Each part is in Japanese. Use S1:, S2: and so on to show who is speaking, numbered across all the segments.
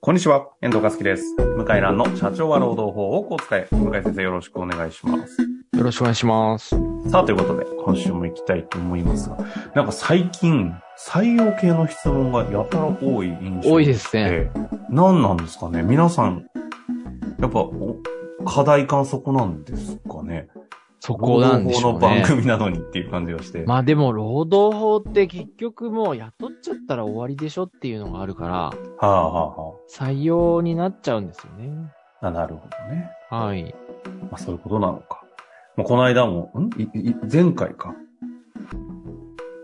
S1: こんにちは、遠藤和樹です。向井蘭の社長は労働法をこう使え。向井先生よろしくお願いします。
S2: よろしくお願いします。
S1: さあ、ということで、今週も行きたいと思いますが、なんか最近、採用系の質問がやたら多い印象
S2: 多いですね。
S1: ええ何なんですかね皆さん、やっぱ、お課題観測なんですかね
S2: そこなんでしょ
S1: 労
S2: う
S1: 働法の番
S2: ね。
S1: 組なのにっていう感じがして。
S2: まあでも、労働法って結局もう雇っちゃったら終わりでしょっていうのがあるから、
S1: はあはあは
S2: 採用になっちゃうんですよね。
S1: あ。あなるほどね。
S2: はい。
S1: まあ、そういうことなのか。まあ、この間も、んいい前回か。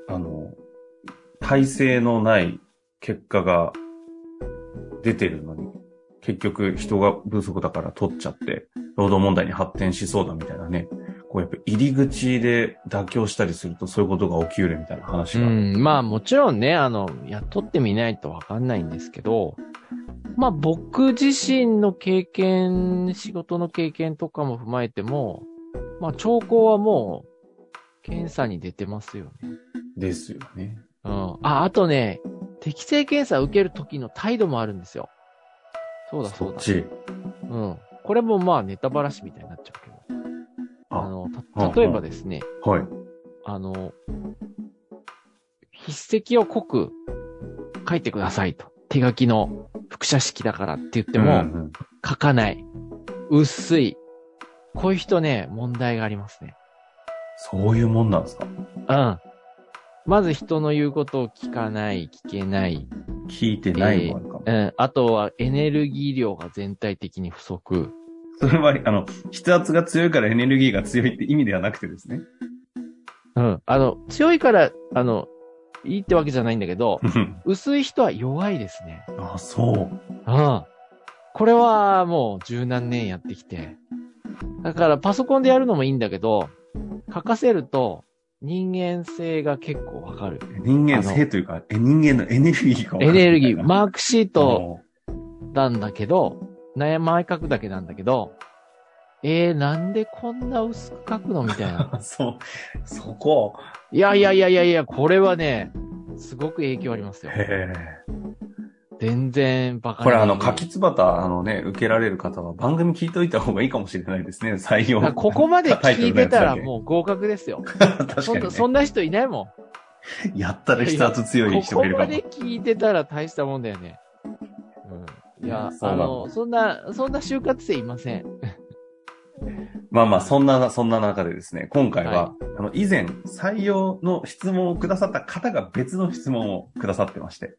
S1: あの、体制のない結果が出てるのに、結局人が不足だから取っちゃって、労働問題に発展しそうだみたいなね。こうやっぱ入り口で妥協したりするとそういうことが起きうるみたいな話
S2: う
S1: が。
S2: ん。まあもちろんね、あの、雇ってみないとわかんないんですけど、まあ僕自身の経験、仕事の経験とかも踏まえても、まあ兆候はもう、検査に出てますよね。
S1: ですよね。
S2: うん。あ、あとね、適正検査を受けるときの態度もあるんですよ。そうだそう
S1: っ
S2: だ。
S1: ち。
S2: うん。これもまあネタバラシみたいになっちゃうけど。
S1: あ
S2: あの、
S1: うんう
S2: た、
S1: ん
S2: 例えばですね、
S1: はい。
S2: あの、筆跡を濃く書いてくださいと。手書きの複写式だからって言っても、
S1: うんうん
S2: 書かない。薄い。こういう人ね、問題がありますね。
S1: そういうもんなんですか
S2: うん。まず人の言うことを聞かない、聞けない。
S1: 聞いてないもんかも。
S2: うん、あとはエネルギー量が全体的に不足。
S1: それは、あの、筆圧が強いからエネルギーが強いって意味ではなくてですね。
S2: うん。あの、強いから、あの、いいってわけじゃないんだけど、薄い人は弱いですね。
S1: あ、そう。
S2: うん。これはもう十何年やってきて。だからパソコンでやるのもいいんだけど、書かせると人間性が結構わかる。
S1: 人間性というか、え人間のエネルギーが
S2: エネルギー、
S1: マ
S2: マークシート、
S1: と、
S2: なんだけど、悩まい書くだけなんだけど、えー、なんでこんな薄く書くのみたいな。
S1: あのそう、そこ。
S2: いやいやいやいやいや、これはね、すごく影響ありますよ。
S1: へえ。
S2: 全然バカに
S1: これあの、柿つばた、あのね、受けられる方は番組聞いといた方がいいかもしれないですね、採用
S2: だから。ここまで聞いてたら
S1: う。
S2: もう合格ですよ。
S1: 確か
S2: そ
S1: に、
S2: ん
S1: ね
S2: な。そんな人いないも
S1: やったら筆圧強い
S2: ん。こ
S1: 人が
S2: こ
S1: いる
S2: ま
S1: か
S2: で
S1: も。
S2: 聞いてたら大したもんだよね。うん。いや、
S1: そうな
S2: あ
S1: んだ
S2: の、そんな、そんな就活生いません。
S1: まあまあ、そんな、そんな中でですね、今回は、
S2: は
S1: あの、以前、採用の質問をくださった方が別の質問をくださってまして。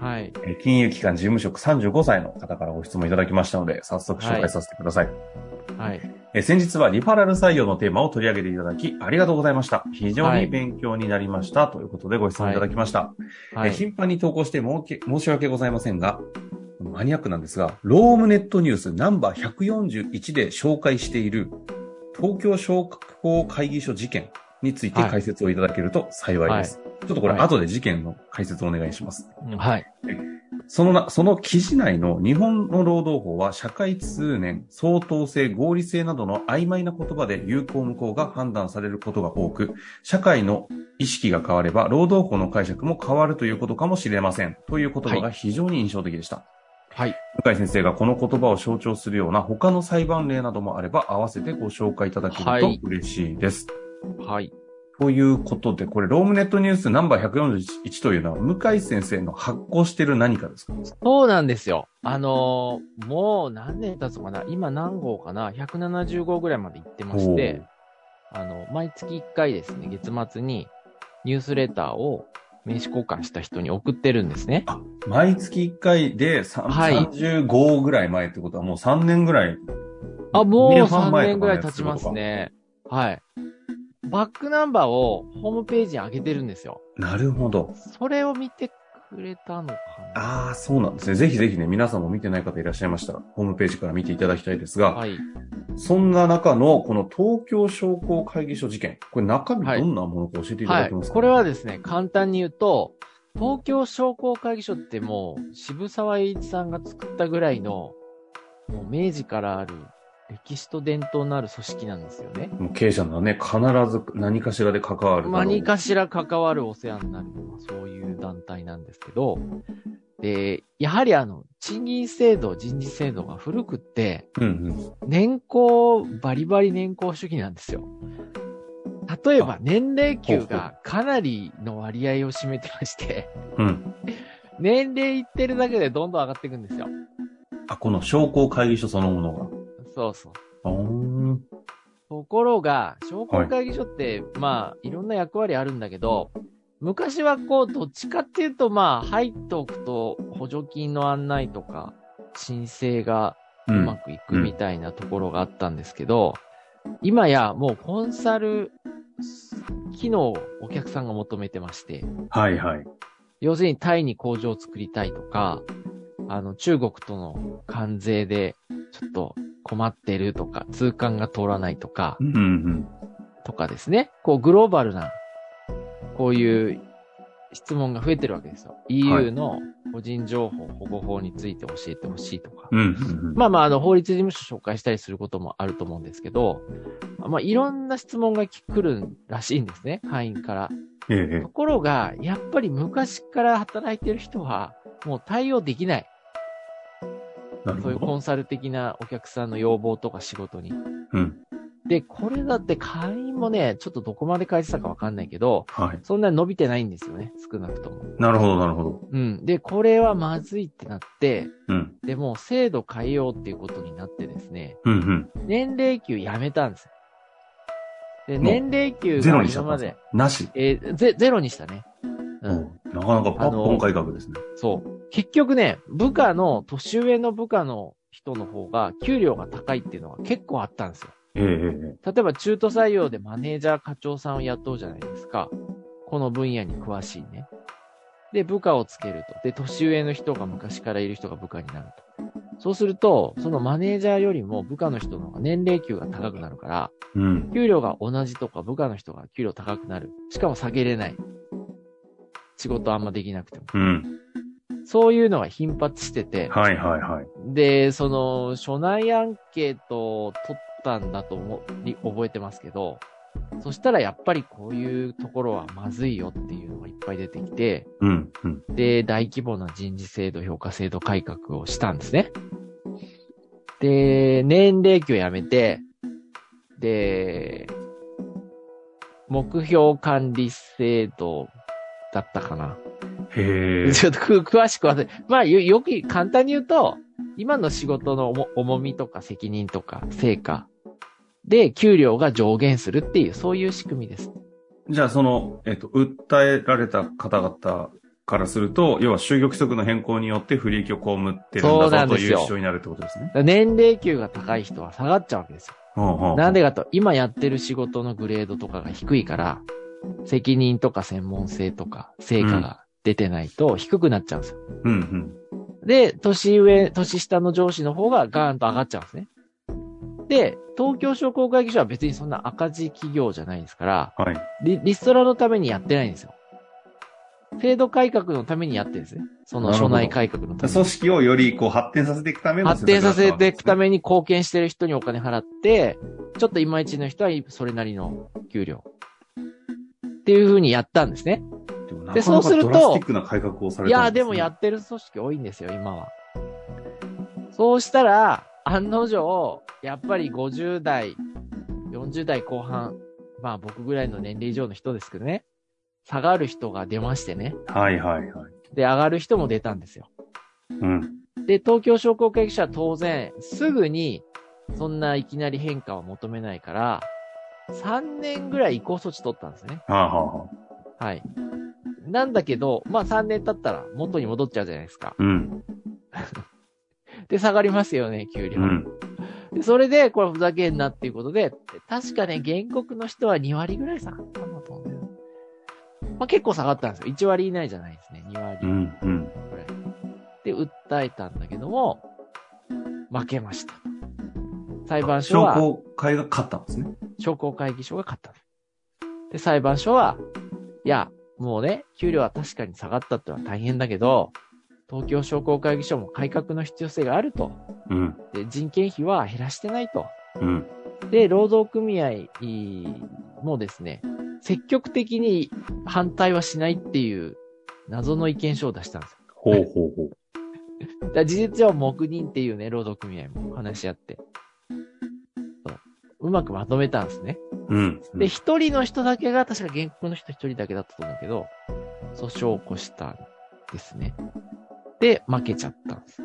S2: はい。
S1: えー金融機関事務職35歳の方からご質問いただきましたので、早速紹介させてください。
S2: はい。
S1: えー先日はリファラル採用のテーマを取り上げていただき、ありがとうございました。非常
S2: は
S1: に
S2: い
S1: 勉強になりました。ということでご質問いただきました。
S2: は
S1: えー
S2: い。
S1: 頻繁に投稿して申し申し訳ございませんが、マニアックなんですが、ロームネットニュースナンバー141で紹介している東京商工会議所事件について解説をいただけると幸いです。ちょっとこれ
S2: はい
S1: 後で事件の解説をお願いします。
S2: はい。
S1: そのな、その記事内の日本の労働法は社会通念、相当性、合理性などの曖昧な言葉で有効無効が判断されることが多く、社会の意識が変われば労働法の解釈も変わるということかもしれません。という言葉が非常に印象的でした。
S2: はい。
S1: 向井先生がこの言葉を象徴するような他の裁判例などもあれば合わせてご紹介いただけ
S2: は
S1: る
S2: い
S1: と嬉しいです。
S2: はい。
S1: ということで、これ、ロームネットニュースナンバー141というのは、向井先生の発行している何かですか
S2: そうなんですよ。あのーもう何年経つのかな今何号かな ?170 号ぐらいまで行ってまして、あの、毎月1回ですね、月末にニュースレターを名刺交換した人に送ってるんですね。
S1: 毎月1回でさん
S2: はい
S1: 35ぐらい前ってことはもう3年ぐらい。
S2: あ、もう
S1: 2年半
S2: 3
S1: 前
S2: 年
S1: と
S2: ぐ
S1: からの
S2: い
S1: や
S2: 経
S1: つ
S2: ちますね。はい。バックナンバーをホームページに上げてるんですよ。
S1: なるほど。
S2: それを見てくれたのかな
S1: ああ、そうなんですね。ぜひぜひね、皆さんも見てない方いらっしゃいましたら、ホームページから見ていただきたいですが、
S2: はい。
S1: そんな中のこの東京商工会議所事件、これ中身
S2: はい
S1: どんなものか教えていた
S2: は
S1: だ
S2: い
S1: けます。か、
S2: これはですね、簡単に言うと、東京商工会議所ってもう、渋沢栄一さんが作ったぐらいの、もう明治からある歴史と伝統のある組織なんですよね。
S1: もう経営者のね、必ず何かしらで関わるだろう。
S2: 何かしら関わるお世話になる、まあそういう団体なんですけど、で、やはりあの、賃金制度、人事制度が古くって、
S1: うん
S2: 年功、バリバリ年功主義なんですよ。例えば、年齢給がかなりの割合を占めてまして、
S1: うん。うん。
S2: 年齢いってるだけでどんどん上がっていくんですよ。
S1: あ、この商工会議所そのもの
S2: そうそう。
S1: が。うん。
S2: ところが、商工会議所って、まあ、いろんな役割あるんだけど、昔はこう、どっちかっていうと、まあ、入っておくと、補助金の案内とか、申請が
S1: う
S2: うんまくいくみたいなところがあったんですけど、今やもうコンサル機能をお客さんが求めてまして、
S1: はいはい。
S2: 要するにタイに工場を作りたいとか、あの、中国との関税でちょっと困ってるとか、通関が通らないとか、
S1: うんうん。
S2: とかですね。こう、グローバルな、こういう質問が増えてるわけですよ。EU の個人情報保護法について教えてほしいとか。
S1: うんうん。
S2: まあまあ、あの、法律事務所紹介したりすることもあると思うんですけど、まあ、いろんな質問が来るらしいんですね、会員から。
S1: ええ
S2: と。ころが、やっぱり昔から働いてる人は、もう対応できない。
S1: なる
S2: そういう
S1: ほ
S2: コ
S1: ど。
S2: ンサル的なお客さんの要望とか仕事に。
S1: うん。
S2: で、これだって会員もね、ちょっとどこまで返したかわかんないけど、
S1: はい。
S2: そんなに伸びてないんですよね、少なくとも。
S1: なるほど、なるほど。
S2: うん。で、これはまずいってなって、
S1: うん。
S2: でもう制度変えようっていうことになってですね、
S1: うんうん。
S2: 年齢給やめたんですよ。で、
S1: もう
S2: 年齢給
S1: ゼロ
S2: が
S1: にしちゃ
S2: 今
S1: った
S2: ま
S1: んです
S2: で
S1: か、なし。
S2: えーゼ、ゼロにしたね。
S1: う
S2: うんん。。
S1: なかなか抜本改革ですね。
S2: そう。結局ね、部下の、年上の部下の人の方が給料が高いっていうのが結構あったんですよ。
S1: えええ
S2: 例えば中途採用でマネージャー課長さんを雇うじゃないですか。この分野に詳しいね。で、部下をつけると。で、年上の人が昔からいる人が部下になると。そうすると、そのマネージャーよりも部下の人の方が年齢給が高くなるから、
S1: えうん。
S2: 給料が同じとか部下の人が給料高くなる。しかも下げれない。仕事あんまできなくても。
S1: うん。
S2: そういうのが頻発してて、
S1: はいはいはい。
S2: で、その、署内アンケートを取ったんだと思り、覚えてますけど、そしたらやっぱりこういうところはまずいよっていうのがいっぱい出てきて、
S1: うん。うん。
S2: で、大規模な人事制度、評価制度改革をしたんですね。で、年齢期をやめて、で、目標管理制度だったかな。
S1: へ え。
S2: ちょっとく詳しくはね、まあ、よよく簡単に言うと、今の仕事の重重みとか責任とか成果で給料が上限するっていう、そういう仕組みです。
S1: じゃあ、その、えっと、訴えられた方々からすると、要は就業規則の変更によって不利益を被ってる
S2: そ
S1: ん
S2: うな
S1: だ
S2: ん
S1: ぞと
S2: で
S1: いう
S2: すよ
S1: 主張になるってことですね。
S2: 年齢給が高い人は下がっちゃうわけですよ。
S1: うんうん
S2: なんでかと、今やってる仕事のグレードとかが低いから、責任とか専門性とか成果が出てないと低くなっちゃうんですよ。
S1: うん
S2: で、年上、年下の上司の方がガーンと上がっちゃうんですね。で、東京商工会議所は別にそんな赤字企業じゃないですから、
S1: うん。はい。
S2: リリストラのためにやってないんですよ。制度改革のためにやってるんですね。その所内改革のため
S1: 組
S2: に。
S1: 織をよりこう発展させていくための
S2: 発展させていくた
S1: め。
S2: めに貢献してる人にお金払って、ちょっといまいちの人はそれなりの給料。っていう風にやったんですね。
S1: で、
S2: で
S1: そ
S2: そうう
S1: す
S2: す
S1: る
S2: る
S1: と。
S2: と
S1: ドラスティックな改革をされ
S2: い
S1: たん
S2: や、でもやってる組織多いんですよ、今は。そうしたら、案の定、やっぱり50代、40代後半、まあ僕ぐらいの年齢以上の人ですけどね、下がる人が出ましてね、
S1: はいはいはい。
S2: で、上がる人も出たんですよ。
S1: うん。
S2: で、東京商工会議所は当然、すぐに、そんないきなり変化は求めないから、3年ぐらい移行措置取ったんですね。
S1: はあ、はあはあ、
S2: はい。なんだけど、まあ3年経ったら元に戻っちゃうじゃないですか。
S1: うん。
S2: で、下がりますよね、給料。
S1: うん。
S2: で、それで、これふざけんなっていうことで、確かね、原告の人は2割ぐらい下がったんだと思うんだよ。まあ、結構下がったんですよ。1割以内じゃないですね。2割
S1: う
S2: ぐ
S1: ん。うん。
S2: らい。で、訴えたんだけども、負けました。裁判所
S1: 商
S2: は、
S1: 工会が勝ったんですね。
S2: 商工会議所が勝ったんです。で、裁判所は、いや、もうね、給料は確かに下がったってのは大変だけど、東京商工会議所も改革の必要性があると。
S1: うん。
S2: で、人件費は減らしてないと。
S1: うん。
S2: で、労働組合もですね、積極的に反対はしないっていう謎の意見書を出したんですよ。
S1: ほほうほうほう。
S2: だから事実上、黙認っていうね、労働組合も話し合って。そううまくまとめたんですね。
S1: うん。うん
S2: で、一人の人だけが、確か原告の人一人だけだったと思うけど、訴訟を起こしたんですね。で、負けちゃったんです。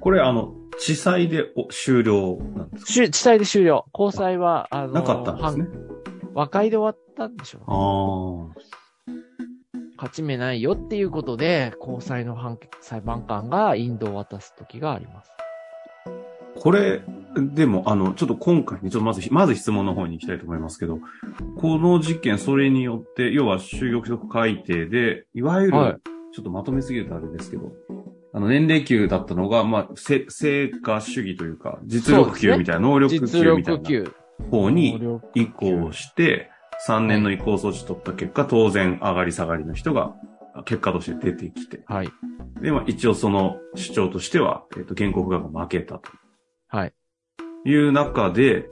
S1: これ、あの、地裁でお終了なんです
S2: しゅ地裁で終了。交際は、あの、
S1: かなかったんですね。
S2: 判和解で終わったんでしょうね、
S1: ああ。
S2: 勝ち目ないよっていうことで、交際の判決裁判官が引導を渡す時があります。
S1: これ、でも、あの、ちょっと今回ね、ちょっとまず、まず質問の方に行きたいと思いますけど、この事件、それによって、要は、就業規則改定で、いわゆる、
S2: はい
S1: ちょっとまとめすぎるとあれですけど、あの、年齢級だったのが、まあ、せ成果主義というか、実力級みたいな、能力
S2: 実
S1: 級みた
S2: 力
S1: いな
S2: 級。
S1: 方に
S2: 能力
S1: 移行して、3年の移行措置取った結果、当然上がり下がりの人が結果として出てきて、
S2: はい。
S1: で、まあ一応その主張としては、えっ、と、原告側が負けたと。
S2: はい。
S1: いう中で、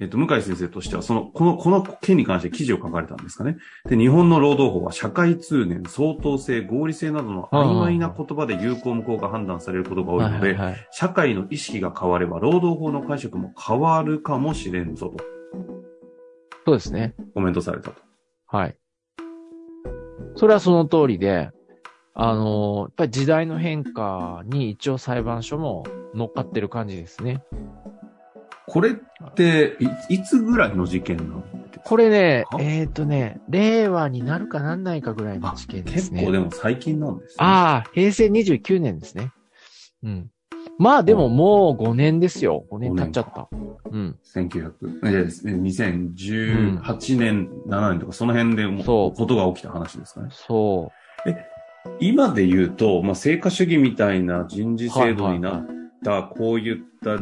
S1: えっと、向井先生としては、その、この、この件に関して記事を書かれたんですかね。で、日本の労働法は社会通念、相当性、合理性などの曖昧な言葉で有効無効が判断されることが多いので、
S2: はいはいはい。
S1: 社会の意識が変われば、労働法の解釈も変わるかもしれんぞと
S2: そうですね。
S1: コメントされたと。
S2: はい。それはその通りで、あのーやっぱり時代の変化に一応裁判所も乗っかってる感じですね。
S1: これって、いいつぐらいの事件なの
S2: これね
S1: は、
S2: えっ、とね、令和になるかなんないかぐらいの事件です
S1: 結
S2: ね。
S1: 構でも最近なんですね。
S2: ああ、平成29年ですね。うん。まあでももう5年ですよ。5年経っちゃった。うん。
S1: 1900、いやですね2018年、7年とか、その辺でも
S2: そう
S1: ことが起きた話ですかね。
S2: そ
S1: 今で言うと、まあ、成果主義みたいな人事制度にな
S2: はい
S1: った、こういった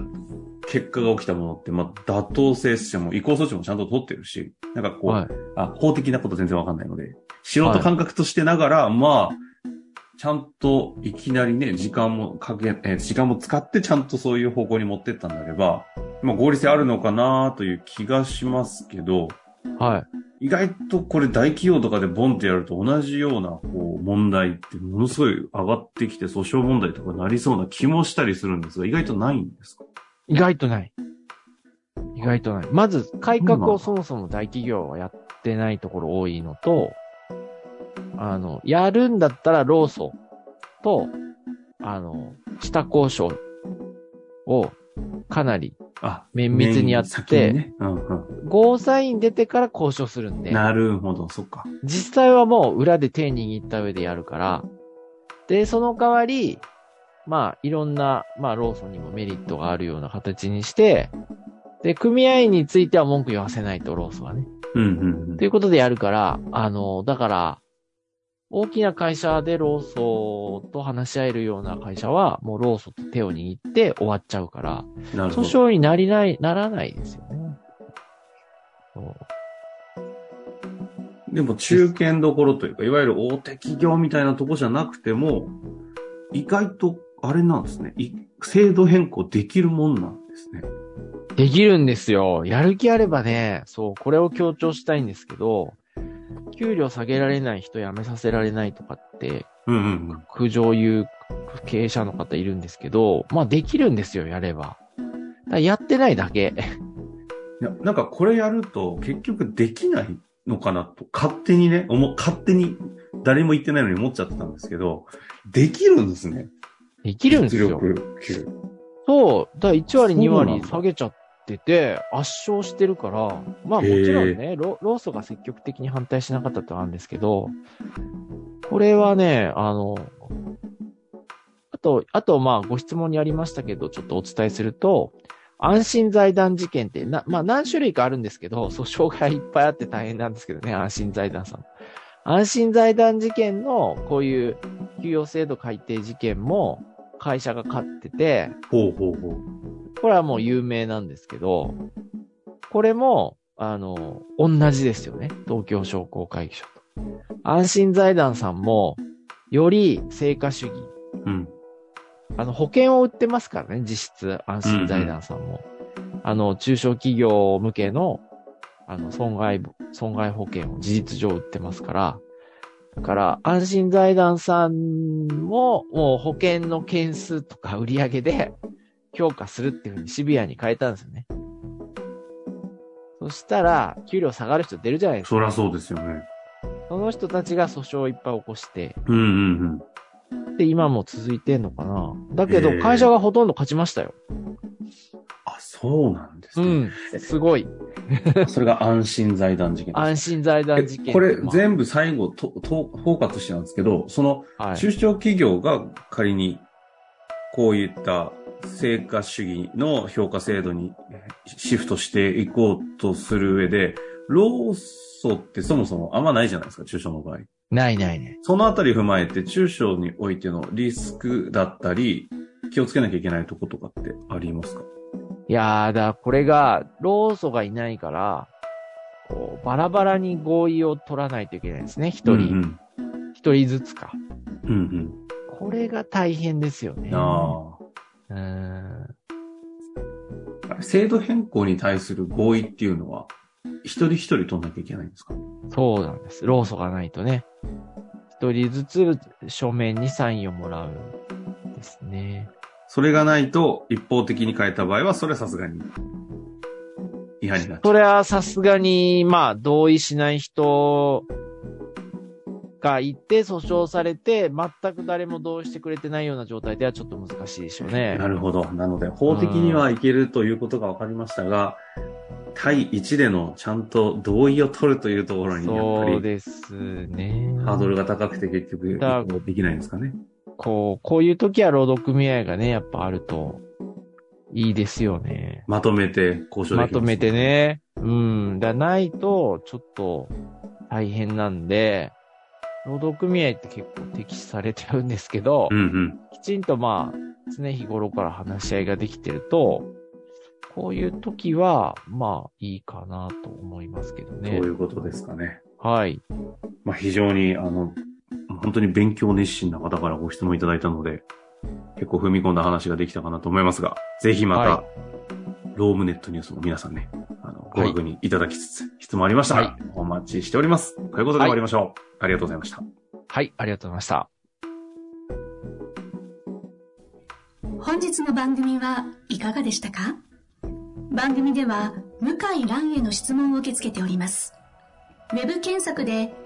S1: 結果が起きたものって、まあ、妥当性しても、移行措置もちゃんと取ってるし、なんか
S2: う。
S1: こう、
S2: はい。
S1: あ、法的なこと全然わかんないので、素人感覚としてながら、まあ、ちゃんといきなりね、時間もかけ、えー時間も使ってちゃんとそういう方向に持ってったんであれば、まあ合理性あるのかなという気がしますけど、
S2: はい。
S1: 意外とこれ大企業とかでボンってやると同じようなこう問題ってものすごい上がってきて訴訟問題とかなりそうな気もしたりするんですが、意外とないんですか
S2: 意外とない。意外とない。まず、改革をそもそも大企業はやってないところ多いのと、あの、やるんだったら労組と、あの、下交渉をかなり
S1: あ、
S2: 綿密にやっ
S1: 先に
S2: て、
S1: ね、うんう
S2: ゴーサイン出てから交渉するんで
S1: ん。、なるほど、そっか。
S2: 実際はもう裏で手握った上でやるから、で、その代わり、まあ、いろんな、まあ、ローソンにもメリットがあるような形にして、で、組合員については文句言わせないと、ローソンはね。
S1: うんうんうん
S2: と。いうことでやるから、あの、だから、大きな会社でローソンと話し合えるような会社は、もうローソンと手を握って終わっちゃうから、
S1: なるほど。
S2: 訴訟になりない、ならないですよね。そう
S1: でも中堅どころというか、いわゆる大手企業みたいなとこじゃなくても、意外とあれなんですね。い制度変更できるもんなんですね。
S2: できるんですよ。やる気あればね、そう、これを強調したいんですけど、給料下げられない人辞めさせられないとかって、
S1: うんうん
S2: 苦情言う経営者の方いるんですけど、まあできるんですよ、やれば。だからやってないだけ。
S1: いや、なんかこれやると結局できないのかなと、勝手にね、思う、勝手に誰も言ってないのに思っちゃってたんですけど、できるんですね。
S2: できるんですよ。
S1: 実力級。
S2: そう、だから1割、
S1: そう
S2: 2
S1: なんだ
S2: 割下げちゃってて、圧勝してるから、まあもちろんね、ロローソが積極的に反対しなかったってのはあるんですけど、これはね、あの、あと、あと、まあ、ご質問にありましたけど、ちょっとお伝えすると、安心財団事件って、な、まあ、何種類かあるんですけど、訴訟がいっぱいあって大変なんですけどね、安心財団さん。安心財団事件の、こういう、給与制度改定事件も、会社が勝ってて、
S1: ほうほうほう。
S2: これはもう有名なんですけど、これも、あの、同じですよね。東京商工会議所と。安心財団さんも、より成果主義。
S1: うん。
S2: あの、保険を売ってますからね、実質、安心財団さんも。あの、中小企業向けの、あの、損害、損害保険を事実上売ってますから、だから、安心財団さんも、もう保険の件数とか売り上げで評価するっていうふうにシビアに変えたんですよね。そしたら、給料下がる人出るじゃないですか。
S1: そりゃそうですよね。
S2: その人たちが訴訟をいっぱい起こして、
S1: うんうん
S2: で、今も続いてんのかな。だけ
S1: へ
S2: ど、
S1: ー
S2: 会社がほとんど勝ちましたよ。
S1: あ、そうなんです
S2: う
S1: ね。
S2: ん。すごい。
S1: それが安心財団事件
S2: 安心財団事
S1: え
S2: 件。
S1: これ
S2: まあ
S1: 全部最後とと、フォーカスしてなんですけど、その
S2: はい
S1: 中小企業が仮にこういった成果主義の評価制度にシフトしていこうとする上で、労組ってそもそもあんまないじゃないですか、中小の場合。
S2: ないないね。
S1: そのあたり踏まえて、中小においてのリスクだったり、気をつけなきゃいけないとことかってありますか
S2: いやー、だからこれが、老祖がいないから、こう、バラバラに合意を取らないといけないですね。一
S1: う
S2: 人、
S1: ん
S2: 一、人ずつか。
S1: うん。うん
S2: これが大変ですよ
S1: う
S2: ね。
S1: ん。あ
S2: うーん。
S1: あ。制度変更に対する合意っていうのは、一人一人取んなきゃいけないんですか
S2: そうなんです。老祖がないとね。一人ずつ書面にサインをもらうんですね。
S1: それがないと一方的に変えた場合は、それはさすがに違反になっちゃ。
S2: そうれはさすがに、まあ、同意しない人がいて、訴訟されて、全く誰も同意してくれてないような状態ではちょっと難しいでしょうね。
S1: なるほど。なので、法的にはいけるということが分かりましたが、対一でのちゃんと同意を取るというところに、や
S2: そ
S1: っ
S2: う
S1: ぱり
S2: ですね。
S1: ハードルが高くて結局移
S2: だ
S1: 行できないんですかね。
S2: こう、こういう時は労働組合がね、やっぱあると、いいですよね。
S1: まとめて交渉でき
S2: ま
S1: ます
S2: とめて。ね。うん。だないと、ちょっと、大変なんで、労働組合って結構敵視されちゃうんですけど、
S1: うんうん。
S2: きちんとまあ、常日頃から話し合いができてると、こういう時は、まあ、いいかなと思いますけど
S1: そ
S2: ね
S1: うい。うことですかね。
S2: はい。
S1: まあ、非常に、あの、本当に勉強熱心な方からご質問いただいたので、結構踏み込んだ話ができたかなと思いますが、ぜひまた、
S2: は
S1: ロームネットニュースも皆さんね、あの、ご確認いただきつつ、質問ありましたら、
S2: はい
S1: お待ちしております。ということで終わりましょう。ありがとうございました。
S2: はい、ありがとうございました。
S3: 本日の番組はいかがでしたか番組では向井蘭への質問を受け付けておりますウェブ検索で